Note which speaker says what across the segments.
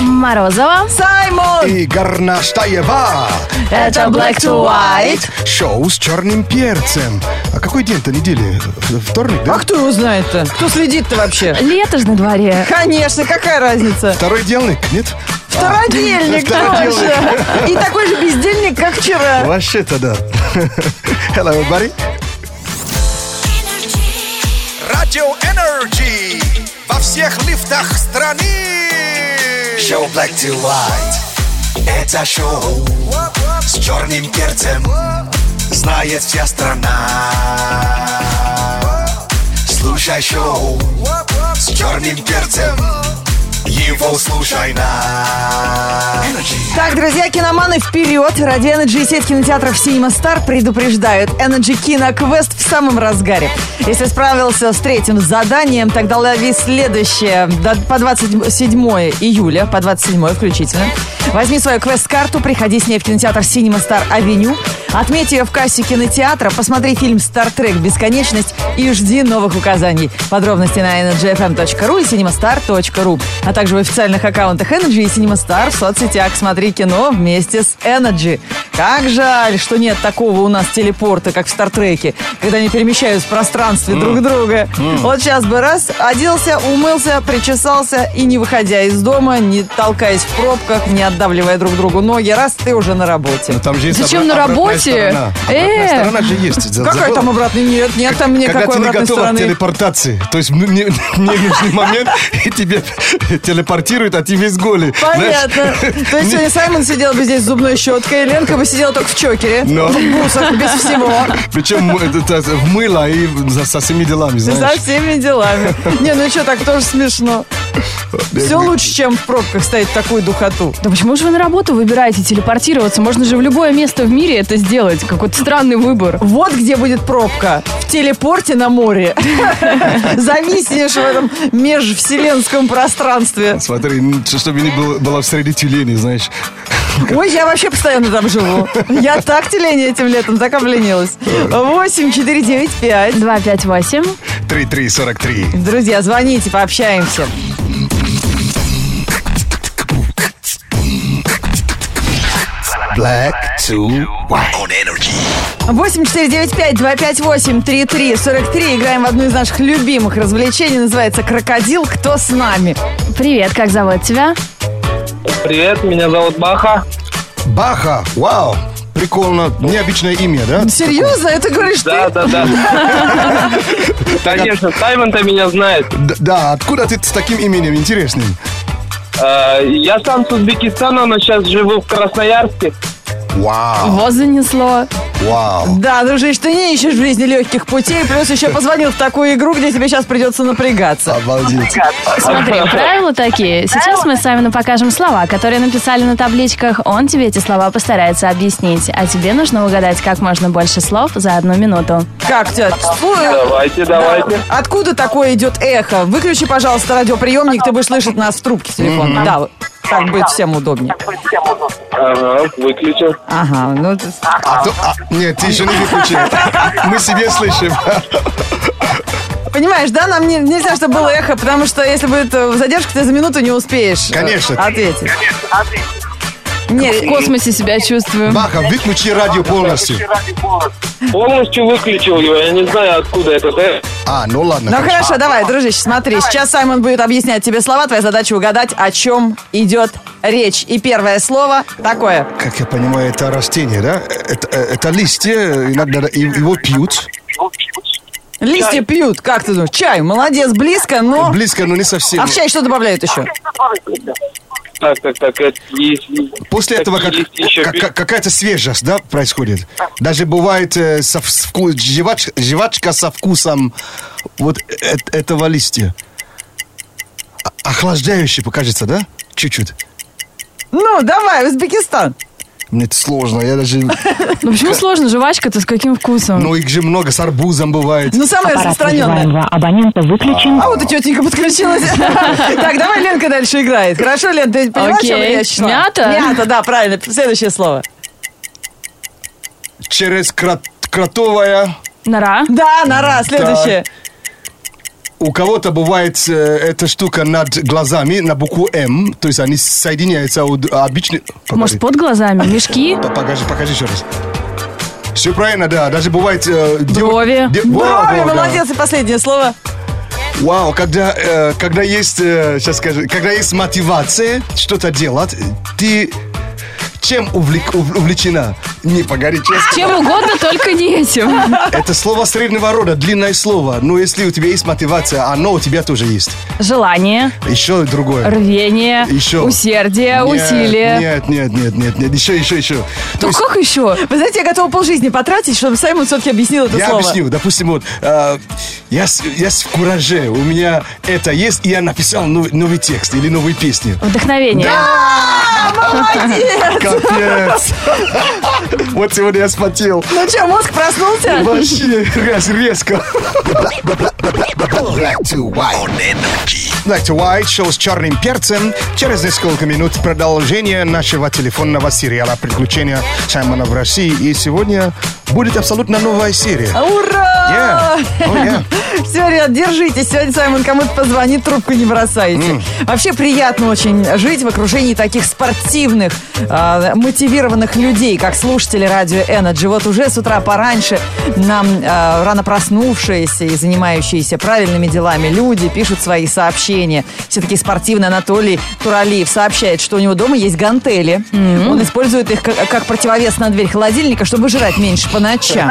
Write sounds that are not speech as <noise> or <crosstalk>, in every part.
Speaker 1: Морозова.
Speaker 2: Саймон!
Speaker 3: и Гарнаштаева.
Speaker 1: Это Black to White.
Speaker 3: Шоу с черным перцем. А какой день-то недели? Вторник, да?
Speaker 2: А кто его знает-то? Кто следит-то вообще?
Speaker 1: Лето ж на дворе.
Speaker 2: Конечно, какая разница?
Speaker 3: Второй делник, нет?
Speaker 2: А, <laughs> Втородельник
Speaker 3: Втородельник.
Speaker 2: тоже. И такой же бездельник, как вчера.
Speaker 3: Вообще-то да. Hello, everybody.
Speaker 4: Радио Energy во всех лифтах страны. Шоу Black to White. Это шоу с черным перцем. Знает вся страна. Слушай шоу с черным перцем. Его слушай на Energy.
Speaker 2: Так, друзья, киноманы, вперед! Ради Energy и сеть кинотеатров Синема Стар предупреждают. Energy Киноквест в самом разгаре. Если справился с третьим заданием, тогда лови следующее. До- По 27 июля, по 27 включительно. Возьми свою квест-карту, приходи с ней в кинотеатр Синема Стар Авеню, отметь ее в кассе кинотеатра, посмотри фильм «Стартрек. Бесконечность» и жди новых указаний. Подробности на energyfm.ru и cinemastar.ru, а также в официальных аккаунтах Energy и CinemaStar в соцсетях. Смотри кино вместе с Energy. Как жаль, что нет такого у нас телепорта, как в «Стартреке», когда они перемещаются в пространстве друг друга. Вот сейчас бы раз, оделся, умылся, причесался и не выходя из дома, не толкаясь в пробках, не отдавливая друг другу ноги, раз, ты уже на работе.
Speaker 3: Там же есть
Speaker 1: Зачем
Speaker 3: обра-
Speaker 1: на
Speaker 3: обратная
Speaker 1: работе?
Speaker 3: сторона.
Speaker 1: Э!
Speaker 3: Обратная сторона же есть. За-
Speaker 2: Какая
Speaker 3: забыла?
Speaker 2: там обратная? Нет, нет там мне
Speaker 3: Когда
Speaker 2: какой
Speaker 3: ты не
Speaker 2: обратной
Speaker 3: готова
Speaker 2: стороны.
Speaker 3: к телепортации, то есть мне, мне- <laughs> мне нужный момент, и тебе телепортируют, а ты весь голый. знаешь.
Speaker 2: Понятно.
Speaker 3: <laughs>
Speaker 2: То есть сегодня Саймон сидел бы здесь с зубной щеткой, Ленка бы сидела только в чокере.
Speaker 3: Но.
Speaker 2: В бусах, без всего.
Speaker 3: Причем э, это, это, в мыло и за- со всеми делами,
Speaker 2: За
Speaker 3: <laughs> знаешь.
Speaker 2: всеми делами. Не, ну что, так тоже смешно. Все лучше, чем в пробках стоять в такую духоту.
Speaker 1: Да почему же вы на работу выбираете телепортироваться? Можно же в любое место в мире это сделать. Какой-то странный выбор.
Speaker 2: Вот где будет пробка. В телепорте на море. <laughs> Зависнешь в этом межвселенском пространстве.
Speaker 3: Смотри, н- ч- чтобы не было, было в среде тюленей, знаешь.
Speaker 2: Ой, я вообще постоянно там живу. Я так тюлень этим летом, так обленилась. 8 4 9 5.
Speaker 1: 258.
Speaker 3: 3343.
Speaker 2: Друзья, звоните, пообщаемся.
Speaker 4: Black to White. On Energy.
Speaker 2: 8495-258-3343. Играем в одну из наших любимых развлечений. Называется «Крокодил. Кто с нами?».
Speaker 1: Привет, как зовут тебя?
Speaker 5: Привет, меня зовут Баха.
Speaker 3: Баха, вау, прикольно, необычное имя, да?
Speaker 2: Серьезно? Это говоришь ты?
Speaker 5: Да, да, да.
Speaker 3: <laughs>
Speaker 5: Конечно, Саймон-то меня знает.
Speaker 3: Д- Да, откуда ты с таким именем интересным?
Speaker 5: Э, Я сам с Узбекистана, но сейчас живу в Красноярске.
Speaker 3: Вау,
Speaker 1: Во занесло.
Speaker 3: вау.
Speaker 2: Да, дружище, ты не ищешь в жизни легких путей, плюс еще позвонил в такую игру, где тебе сейчас придется напрягаться.
Speaker 3: Обалдеть.
Speaker 1: Смотри, правила такие. Сейчас мы с вами ну, покажем слова, которые написали на табличках. Он тебе эти слова постарается объяснить. А тебе нужно угадать как можно больше слов за одну минуту.
Speaker 2: Как тебя? Тьфу.
Speaker 5: <laughs> Давайте, давайте.
Speaker 2: Откуда такое идет эхо? Выключи, пожалуйста, радиоприемник, ты будешь слышать нас в трубке телефона. Да, вот так будет всем удобнее.
Speaker 5: Ага, выключил.
Speaker 2: Ага, ну ты-
Speaker 3: А то- а, нет, ты еще не выключил. Мы себе слышим.
Speaker 2: Понимаешь, да, нам не- нельзя, чтобы было эхо, потому что если будет э, задержка, ты за минуту не успеешь э,
Speaker 3: Конечно.
Speaker 2: ответить. Не,
Speaker 1: В космосе себя чувствую.
Speaker 3: Баха, выключи радио полностью.
Speaker 5: Полностью выключил его, я не знаю, откуда это. да.
Speaker 3: А, ну ладно.
Speaker 2: ну
Speaker 3: хорошо.
Speaker 2: хорошо, давай, дружище, смотри. Сейчас Саймон будет объяснять тебе слова, твоя задача угадать, о чем идет речь. И первое слово такое.
Speaker 3: Как я понимаю, это растение, да? Это, э, это листья, иногда и- его пьют.
Speaker 2: Листья пьют, как ты думаешь? Чай, молодец, близко, но...
Speaker 3: Близко, но не совсем.
Speaker 2: А в чай что добавляют еще?
Speaker 5: Так, так, так, это есть.
Speaker 3: После этого как-
Speaker 5: Какие листья еще
Speaker 3: как-
Speaker 5: пьют?
Speaker 3: как- какая-то свежесть, да, происходит. Даже бывает э, со вку- жевач- жвачка со вкусом вот э- этого листья. О- Охлаждающий, покажется, да? Чуть-чуть.
Speaker 2: Ну, давай, Узбекистан.
Speaker 3: Мне это сложно, я даже...
Speaker 1: Ну почему сложно? Жвачка-то с каким вкусом?
Speaker 3: Ну, их же много, с арбузом бывает.
Speaker 2: Ну, самое распространенное.
Speaker 6: абонента выключен.
Speaker 2: А вот и тетенька
Speaker 1: <laughs>
Speaker 2: подключилась. Так, давай Ленка дальше играет. Хорошо, Лен, ты поняла, о чем
Speaker 1: Окей.
Speaker 2: речь шла?
Speaker 1: Мята?
Speaker 2: Мята, да, правильно. Следующее слово.
Speaker 3: Через крот- кротовая...
Speaker 1: Нора.
Speaker 2: Да, нора, следующее.
Speaker 3: у кого-то бывает э, эта штука над глазами на букву М, то есть они соединяются у д- а обычно. ну, Погоди.
Speaker 1: Может, под глазами? Мешки?
Speaker 3: П- Покажи, покажи еще раз. Все правильно, да. Даже бывает... э, дев-
Speaker 1: Брови.
Speaker 3: де- во,
Speaker 2: Браво,
Speaker 3: во, да.
Speaker 2: молодец, и последнее слово.
Speaker 3: Вау, когда, э, когда есть, сейчас скажу, когда есть мотивация что-то делать, ты чем увлек- ув- увлечена? Не, погоди, честно.
Speaker 1: Чем угодно, только не этим.
Speaker 3: Это слово среднего рода, длинное слово. Но если у тебя есть мотивация, оно у тебя тоже есть.
Speaker 1: Желание,
Speaker 3: Еще другое.
Speaker 1: рвение,
Speaker 3: Еще.
Speaker 1: усердие,
Speaker 3: Нет,
Speaker 1: усилие.
Speaker 3: Нет, нет, нет, нет, нет. Еще, еще, еще. То
Speaker 1: Ну
Speaker 3: есть
Speaker 1: как еще?
Speaker 2: Вы знаете, я готова полжизни потратить, чтобы Саймон все-таки объяснил это
Speaker 3: я
Speaker 2: слово.
Speaker 3: объясню. Допустим, вот э, я, с- я с- в кураже, у меня это есть, и я написал нов- новый текст или новую песню.
Speaker 1: Вдохновение.
Speaker 3: Капец. <laughs> Вот сегодня я спотел.
Speaker 2: Ну что, мозг проснулся?
Speaker 3: Вообще, раз резко.
Speaker 4: Black to white. On energy.
Speaker 3: Black to White, шоу с черным перцем. Через несколько минут продолжение нашего телефонного сериала «Приключения Саймона в России». И сегодня будет абсолютно новая серия.
Speaker 2: Ура!
Speaker 3: Yeah. Oh,
Speaker 2: <laughs>
Speaker 3: yeah.
Speaker 2: Все, ребят, держитесь. Сегодня Саймон кому-то позвонит, трубку не бросайте. Вообще приятно очень жить в окружении таких спортивных, э, мотивированных людей, как слушатели радио Energy. Вот уже с утра пораньше нам э, рано проснувшиеся и занимающиеся правильными делами люди пишут свои сообщения. Все-таки спортивный Анатолий Туралиев сообщает, что у него дома есть гантели. Он использует их как, как противовес на дверь холодильника, чтобы жрать меньше по ночам.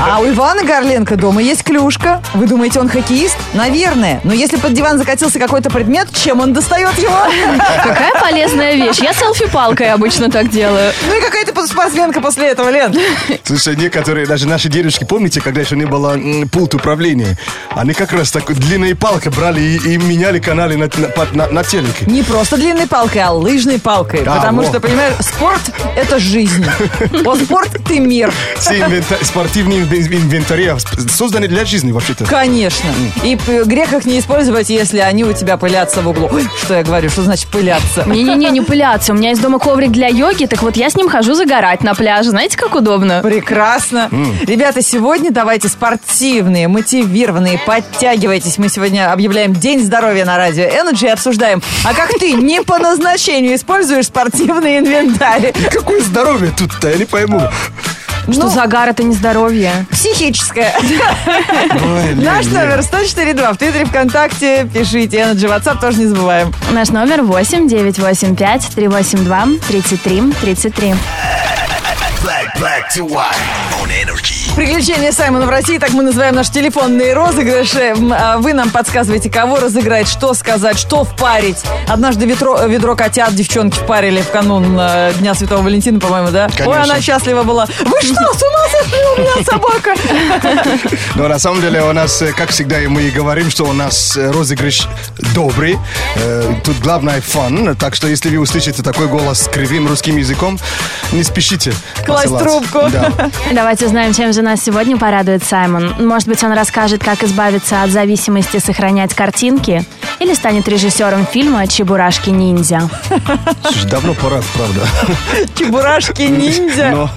Speaker 2: А у Ивана Горленко дома есть клюшка. Вы думаете, он хоккеист? Наверное. Но если под диван закатился какой-то предмет, чем он достает его?
Speaker 1: Какая полезная вещь. Я селфи-палкой обычно так делаю.
Speaker 2: <laughs> Ну и какая то спортсменка после этого, Лен.
Speaker 3: Слушай, некоторые, даже наши дедушки, помните, когда еще не было м, пульт управления, они как раз такой длинные палки брали и, и меняли каналы на, на, по- на- на телеке.
Speaker 2: Не просто длинной палкой, а лыжной палкой.
Speaker 3: Да,
Speaker 2: потому
Speaker 3: во.
Speaker 2: что, понимаешь, спорт – это <laughs> жизнь. Вот спорт – ты мир.
Speaker 3: Все инвента- спортивные инвен- инвентари а, сп- созданы для жизни вообще-то.
Speaker 2: Конечно. И п- грех их не использовать, если они у тебя пылятся в углу. Ой, что я говорю? Что значит пылятся?
Speaker 1: Не-не-не, не пыляться. У меня есть дома коврик для йоги, так вот я с ним хожу загорать на пляже. Знаете, как удобно?
Speaker 2: Прекрасно. Ребята, сегодня давайте спортивные, мотивированные, подтягивайтесь. Мы сегодня объявляем День здоровья на радио Energy и обсуждаем, а как ты не по назначению используешь спортивные инвентарь?
Speaker 3: Какое здоровье тут-то, я не пойму.
Speaker 1: Что
Speaker 2: Ну,
Speaker 1: загар это не здоровье.
Speaker 2: психическое.
Speaker 3: Ой,
Speaker 2: Наш
Speaker 3: блин.
Speaker 2: номер 104.2 в Твиттере, ВКонтакте. Пишите Energy, WhatsApp тоже не забываем.
Speaker 1: Наш номер 8 985 382 33 33.
Speaker 4: Black, black to white. On energy.
Speaker 2: Приключения Саймона в России, так мы называем наши телефонные розыгрыши. М, а Вы нам подсказываете, кого разыграть, что сказать, что впарить. Однажды ветро- ведро котят девчонки впарили в канун э, Дня Святого Валентина, по-моему, да? Ой,
Speaker 3: Конечно.
Speaker 2: она счастлива была. Вы что, с ума сошли? У меня собака.
Speaker 3: Но Ну, на самом деле у нас, э, как всегда, и мы и говорим, что у нас э, розыгрыш добрый. Э, Тут главное фан. Так что если вы услышите такой голос с кривым русским языком, не спешите.
Speaker 2: Класть
Speaker 3: посылать.
Speaker 2: трубку.
Speaker 3: Да.
Speaker 1: Давайте узнаем, чем же нас сегодня порадует Саймон. Может быть, он расскажет, как избавиться от зависимости сохранять картинки? Или станет режиссером фильма «Чебурашки-ниндзя».
Speaker 3: Слушай, давно пора, правда.
Speaker 2: <laughs> Чебурашки ниндзя.
Speaker 3: Но-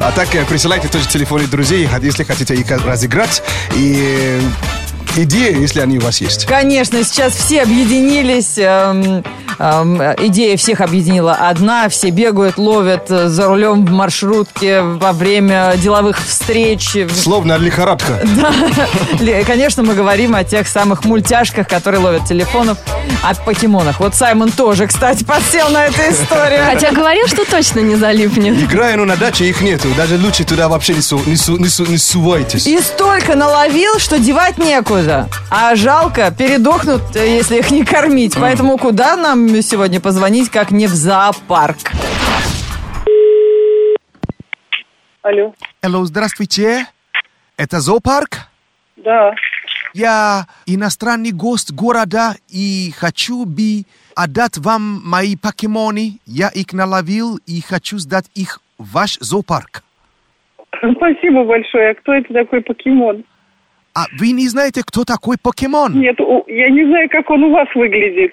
Speaker 3: А так э, присылайте тоже телефоны друзей, хот- если хотите их разыграть. И э, идеи, если они у вас есть.
Speaker 2: Конечно, сейчас все объединились. эм, эм, идея всех объединила одна. Все бегают, ловят э, за рулем в маршрутке во время деловых встреч. в
Speaker 3: Словно лихорадка.
Speaker 2: Ле- Конечно, мы говорим о тех самых мультяшках, которые ловят телефонов, о покемонах. Вот Саймон тоже, кстати, подсел на эту историю.
Speaker 1: Хотя говорил, что точно не залипнет.
Speaker 3: Играя, но ну, на даче их нету. Даже лучше туда вообще не, су- не, су- не су- не сувайтесь.
Speaker 2: И столько наловил, что девать некуда. А жалко, передохнут, э, если их не кормить. Поэтому куда нам сегодня позвонить, как не в зоопарк?
Speaker 6: Алло,
Speaker 3: Hello, здравствуйте. Это зоопарк.
Speaker 6: да.
Speaker 3: Я иностранный гость города и хочу бы отдать вам мои покемоны. Я их наловил и хочу сдать их в ваш зоопарк.
Speaker 6: Спасибо большое. А кто это такой покемон?
Speaker 3: А вы не знаете, кто такой покемон?
Speaker 6: Нет, у- я не знаю, как он у вас выглядит.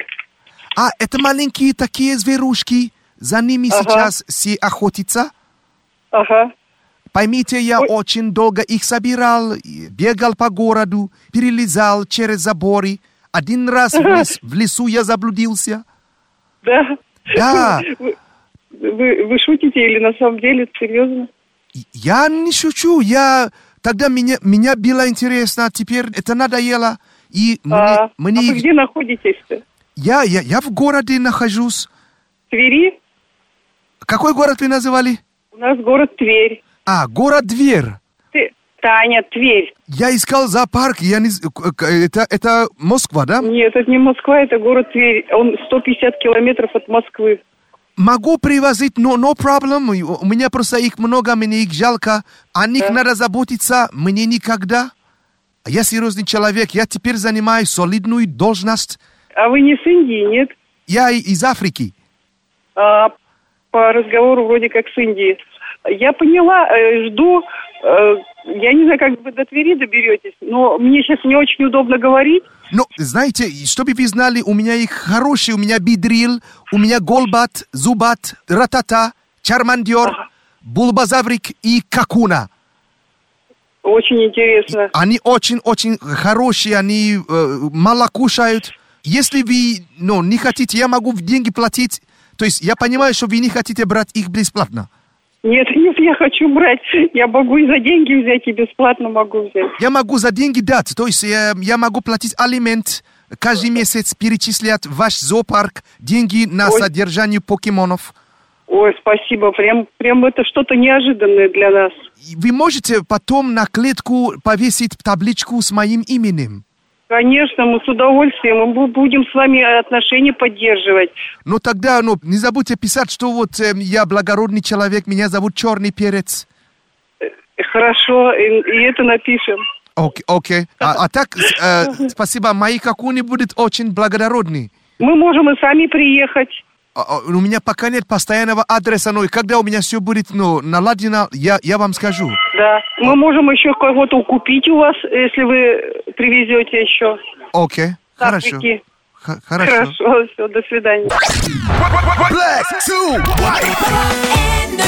Speaker 3: А это маленькие такие зверушки. За ними
Speaker 6: Ага.
Speaker 3: сейчас все охотятся.
Speaker 6: Ага.
Speaker 7: Поймите, я очень долго их собирал, и бегал по городу, перелезал через заборы. Один раз в, лес- в лесу я заблудился.
Speaker 6: Да.
Speaker 7: Да,
Speaker 6: Вы, вы шутите или на самом деле это серьезно?
Speaker 7: я не шучу, я... Тогда меня, меня было интересно, а теперь это надоело. И мне,
Speaker 6: А, а
Speaker 7: мне
Speaker 6: вы где находитесь-то?
Speaker 7: я, я, я в городе нахожусь.
Speaker 6: Твери?
Speaker 7: Какой город вы называли?
Speaker 6: У нас город Тверь.
Speaker 7: А, город Дверь.
Speaker 6: Ты... Таня, Тверь.
Speaker 7: Я искал зоопарк, я не... з- к- к- Это, это Москва, да?
Speaker 6: Нет, это не Москва, это город Тверь. Он 150 километров от Москвы.
Speaker 7: Могу привозить, но no problem. У меня просто их много, мне их жалко. О них надо заботиться, мне никогда. А Я серьезный человек, я теперь занимаю солидную должность.
Speaker 6: А вы не с Индии, нет?
Speaker 7: Я и- из Африки.
Speaker 6: А, по разговору вроде как с Индии. Я поняла, э, жду. э, я не знаю, как вы до Твери доберетесь, но мне сейчас не очень удобно говорить.
Speaker 7: Но, знаете, и чтобы вы знали, у меня их хорошие, у меня бидрил, у меня голбат, зубат, ратата, чармандер, булбазаврик и какуна.
Speaker 6: Очень интересно.
Speaker 7: Они очень-очень хорошие, они э, мало кушают. Если вы ну, не хотите, я могу в деньги платить. То есть я понимаю, что вы не хотите брать их бесплатно.
Speaker 6: Нет, нет, я хочу брать. Я могу и за деньги взять, и бесплатно могу взять.
Speaker 7: Я могу за деньги дать, то есть э, я могу платить алимент. Каждый месяц перечислять в ваш зоопарк деньги на
Speaker 6: Ой.
Speaker 7: содержание покемонов.
Speaker 6: Ой, спасибо. Прям, прям это что-то неожиданное для нас.
Speaker 7: И Вы можете потом на клетку повесить табличку с моим именем.
Speaker 6: Конечно, мы с удовольствием. Мы бу- будем с вами отношения поддерживать.
Speaker 7: Но тогда ну, не забудьте писать, что вот э, я благородный человек, меня зовут Черный Перец.
Speaker 6: Хорошо, и, и это напишем.
Speaker 7: Окей, окей. А, а так, с- э, спасибо, мои какуни будут очень благодарны.
Speaker 6: Мы можем и сами приехать.
Speaker 7: А, а, У меня пока нет постоянного адреса, но и когда у меня все будет ну, налажено, я, я вам скажу.
Speaker 6: Да. Мы можем еще кого-то купить у вас, если вы привезете еще.
Speaker 7: Окей, хорошо.
Speaker 6: Африки.
Speaker 7: Х-
Speaker 6: Хорошо.
Speaker 7: Хорошо.
Speaker 6: все, до свидания.
Speaker 4: Black to white.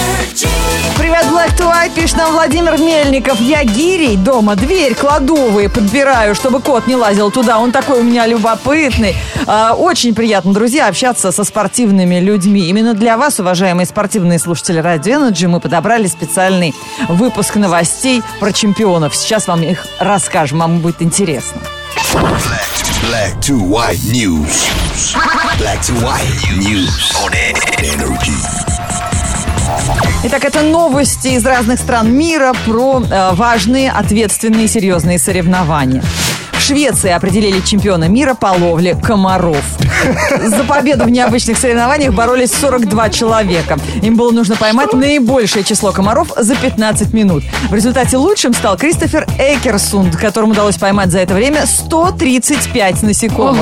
Speaker 2: Привет, Black to White, пишет нам Владимир Мельников. Я гирей дома, дверь кладовые подбираю, чтобы кот не лазил туда. Он такой у меня любопытный. А, Очень приятно, друзья, общаться со спортивными людьми. Именно для вас, уважаемые спортивные слушатели Радио Energy, мы подобрали специальный выпуск новостей про чемпионов. Сейчас вам их расскажем, вам будет интересно.
Speaker 4: Black to white news. Black to white news on energy.
Speaker 2: Итак, это новости из разных стран мира про э, важные, ответственные, серьезные соревнования. В Швеции определили чемпиона мира по ловле комаров. За победу в необычных соревнованиях боролись 42 человека. Им было нужно поймать наибольшее число комаров за 15 минут. В результате лучшим стал Кристофер Экерсунд, которому удалось поймать за это время 135 насекомых.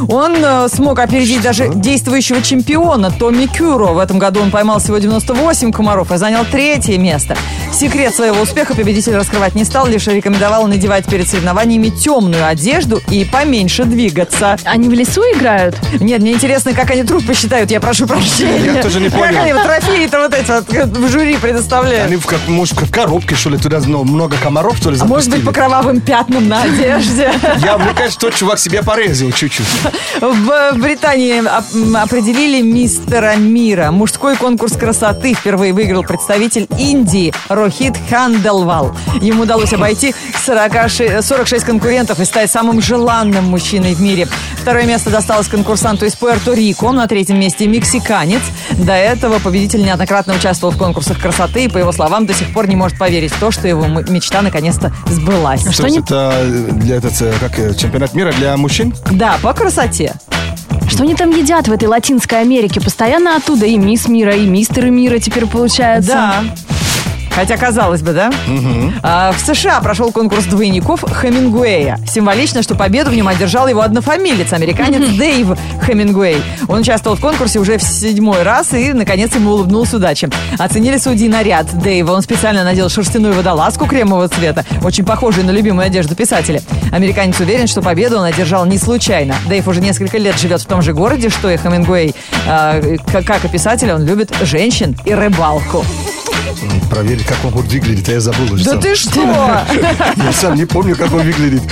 Speaker 1: Ого.
Speaker 2: Он э, смог опередить даже действующего чемпиона Томми Кюро. В этом году он поймал всего 98 комаров и занял третье место. Секрет своего успеха победитель раскрывать не стал, лишь рекомендовал надевать перед соревнованиями темную одежду и поменьше двигаться.
Speaker 1: Они в лесу играют?
Speaker 2: Нет, мне интересно, как они труп посчитают, я прошу прощения.
Speaker 3: Я тоже не
Speaker 2: Как
Speaker 3: понял.
Speaker 2: они вот трофеи-то вот эти вот э, в жюри предоставляют?
Speaker 3: Они, в, как- может, в коробке, что ли, туда ну, много комаров, что ли,
Speaker 2: А может быть, по
Speaker 3: запустили?
Speaker 2: кровавым пятнам на одежде?
Speaker 3: Я, мне кажется, тот чувак себе порезал чуть-чуть.
Speaker 2: А В Британии оп- м, определили мистера мира. Мужской конкурс красоты впервые выиграл представитель Индии Рохит Ханделвал. Ему удалось обойти 46 46 конкурентов и стать самым желанным мужчиной в мире. Второе место досталось конкурсанту из Пуэрто-Рико, на третьем месте мексиканец. До этого победитель неоднократно участвовал в конкурсах красоты и, по его словам, до сих пор не может поверить в то, что его м- мечта наконец-то сбылась.
Speaker 3: То есть это для этот, э, как, э, чемпионат мира для мужчин?
Speaker 2: Да, по красоте.
Speaker 1: Что они там едят в этой Латинской Америке? Постоянно оттуда и мисс мира, и мистер мира теперь получается.
Speaker 2: Да. Хотя, казалось бы, да? А, в США прошел конкурс двойников Хемингуэя. Символично, что победу в нем одержал его однофамилец, американец Дэйв Хемингуэй. Он участвовал в конкурсе уже в седьмой раз и, наконец, ему улыбнулась удача. Оценили судьи наряд Дэйва. Он специально надел шерстяную водолазку кремового цвета, очень похожую на любимую одежду писателя. Американец уверен, что победу он одержал не случайно. Дэйв уже несколько лет живет в том же городе, что и Хемингуэй. А, к- как и писатель, он любит женщин и рыбалку.
Speaker 3: Ну, проверить, как он хоть выглядит, а я забыл уже
Speaker 2: Да
Speaker 3: сам.
Speaker 2: ты что?
Speaker 3: Я сам не помню, как он выглядит.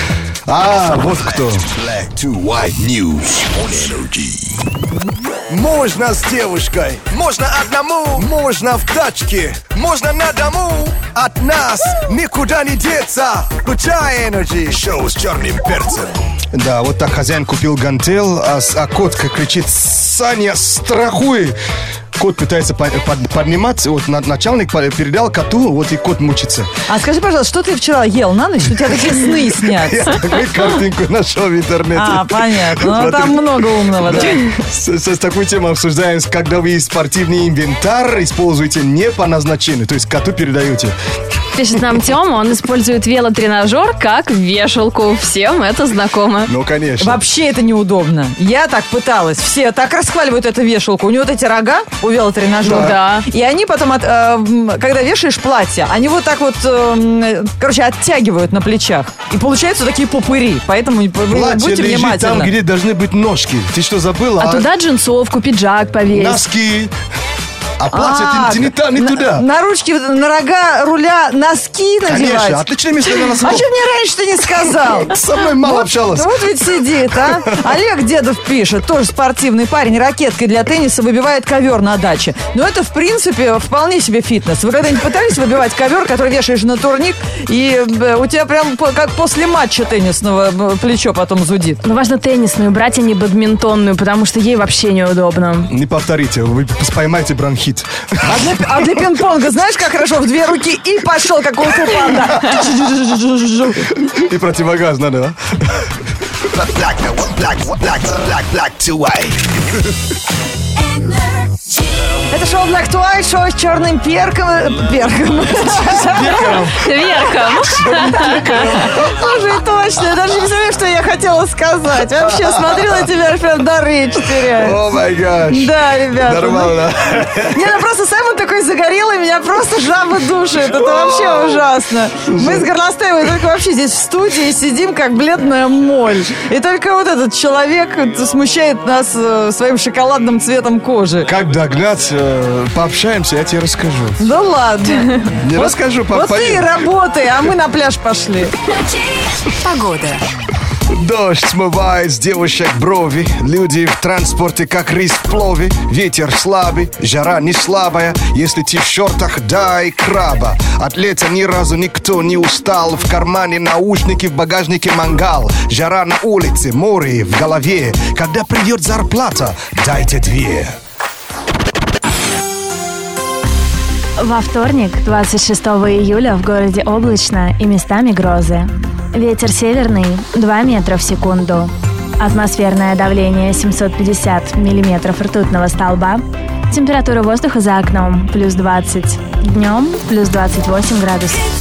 Speaker 3: А, вот кто.
Speaker 4: Black to white news on energy. Можно с девушкой, можно одному, можно в тачке, можно на дому. От нас никуда не деться. Ну, Включай energy. Шоу с черным перцем.
Speaker 3: Да, вот так хозяин купил гантел, а, с- а кот к- кричит «Саня, страхуй!» Кот пытается по- под- подниматься, вот на- начальник по- передал коту, вот и кот мучится. <laughs>
Speaker 2: А скажи, пожалуйста, что ты вчера ел на ночь? У тебя такие сны
Speaker 3: Я
Speaker 2: снятся.
Speaker 3: такую картинку нашел в интернете.
Speaker 2: А, понятно. Ну,
Speaker 3: Смотри.
Speaker 2: там много умного, да.
Speaker 3: Сейчас такую тему обсуждаем, когда вы спортивный инвентарь используете не по назначению, то есть коту передаете.
Speaker 1: Пишет нам Тёма, он использует велотренажер как вешалку. Всем это знакомо.
Speaker 3: Ну, конечно.
Speaker 2: Вообще это неудобно. Я так пыталась. Все так расхваливают эту вешалку. У нее вот эти рога у велотренажера.
Speaker 1: Да.
Speaker 2: И они потом, от, э, м, когда вешаешь платье, они вот так вот, э, м, короче, оттягивают на плечах. И получаются такие пупыри. Поэтому вы
Speaker 3: Платье
Speaker 2: будьте
Speaker 3: лежит
Speaker 2: внимательны.
Speaker 3: там, где должны быть ножки. Ты что, забыла?
Speaker 1: А туда джинсовку, пиджак повесь.
Speaker 3: Носки. А платье
Speaker 2: А,
Speaker 3: ты не, там, не
Speaker 2: на-
Speaker 3: туда.
Speaker 2: На ручки, на рога руля носки надевать.
Speaker 3: Конечно, отличное место для нас.
Speaker 2: А что мне раньше ты не сказал?
Speaker 3: Со мной мало общалась.
Speaker 2: Ну Вот ведь сидит, а. Олег Дедов пишет, тоже спортивный парень, ракеткой для тенниса выбивает ковер на даче. Но это, в принципе, вполне себе фитнес. Вы когда-нибудь пытались выбивать ковер, который вешаешь на турник, и э, у тебя прям по- как после матча теннисного э, плечо потом зудит?
Speaker 1: Ну, важно теннисную брать, а не бадминтонную, потому что ей вообще неудобно.
Speaker 3: Не повторите, вы поймаете бронхит. <laughs>
Speaker 2: А для, а для пинг-понга знаешь, как хорошо? В две руки и пошел, как у панда.
Speaker 3: И противогаз надо, а?
Speaker 4: Black, black, black, black, black to white.
Speaker 2: Это шоу Black to White, шоу с черным перком. э, Перком.
Speaker 1: Верка,
Speaker 2: Слушай, точно, я даже не знаю, что я хотела сказать. Вообще, смотрела тебя, аж прям дары теряю.
Speaker 3: О май гаш.
Speaker 2: Да, ребята.
Speaker 3: Нормально.
Speaker 2: ну, Не, ну просто Саймон такой загорелый, меня просто жабы душит. Это вообще ужасно. Мы с Горлостаевой только вообще здесь в студии сидим, как бледная моль. И только вот этот человек вот смущает нас э, своим шоколадным цветом кожи.
Speaker 3: Как догнать? э, Пообщаемся, я тебе расскажу.
Speaker 2: Да Ну ладно.
Speaker 3: Не расскажу, по-
Speaker 2: Вот ты и
Speaker 3: поверь.
Speaker 2: работай, а мы на пляж пошли.
Speaker 3: Дождь смывает с девушек брови Люди в транспорте, как рис в плове Ветер слабый, жара не слабая Если ты в шортах, дай краба От лета ни разу никто не устал В кармане наушники, в багажнике мангал Жара на улице, море в голове Когда придет зарплата, дайте две
Speaker 1: Во вторник, 26 июля, в городе облачно и местами грозы. Ветер северный 2 метра в секунду. Атмосферное давление 750 миллиметров ртутного столба. Температура воздуха за окном плюс 20. Днем плюс 28 градусов.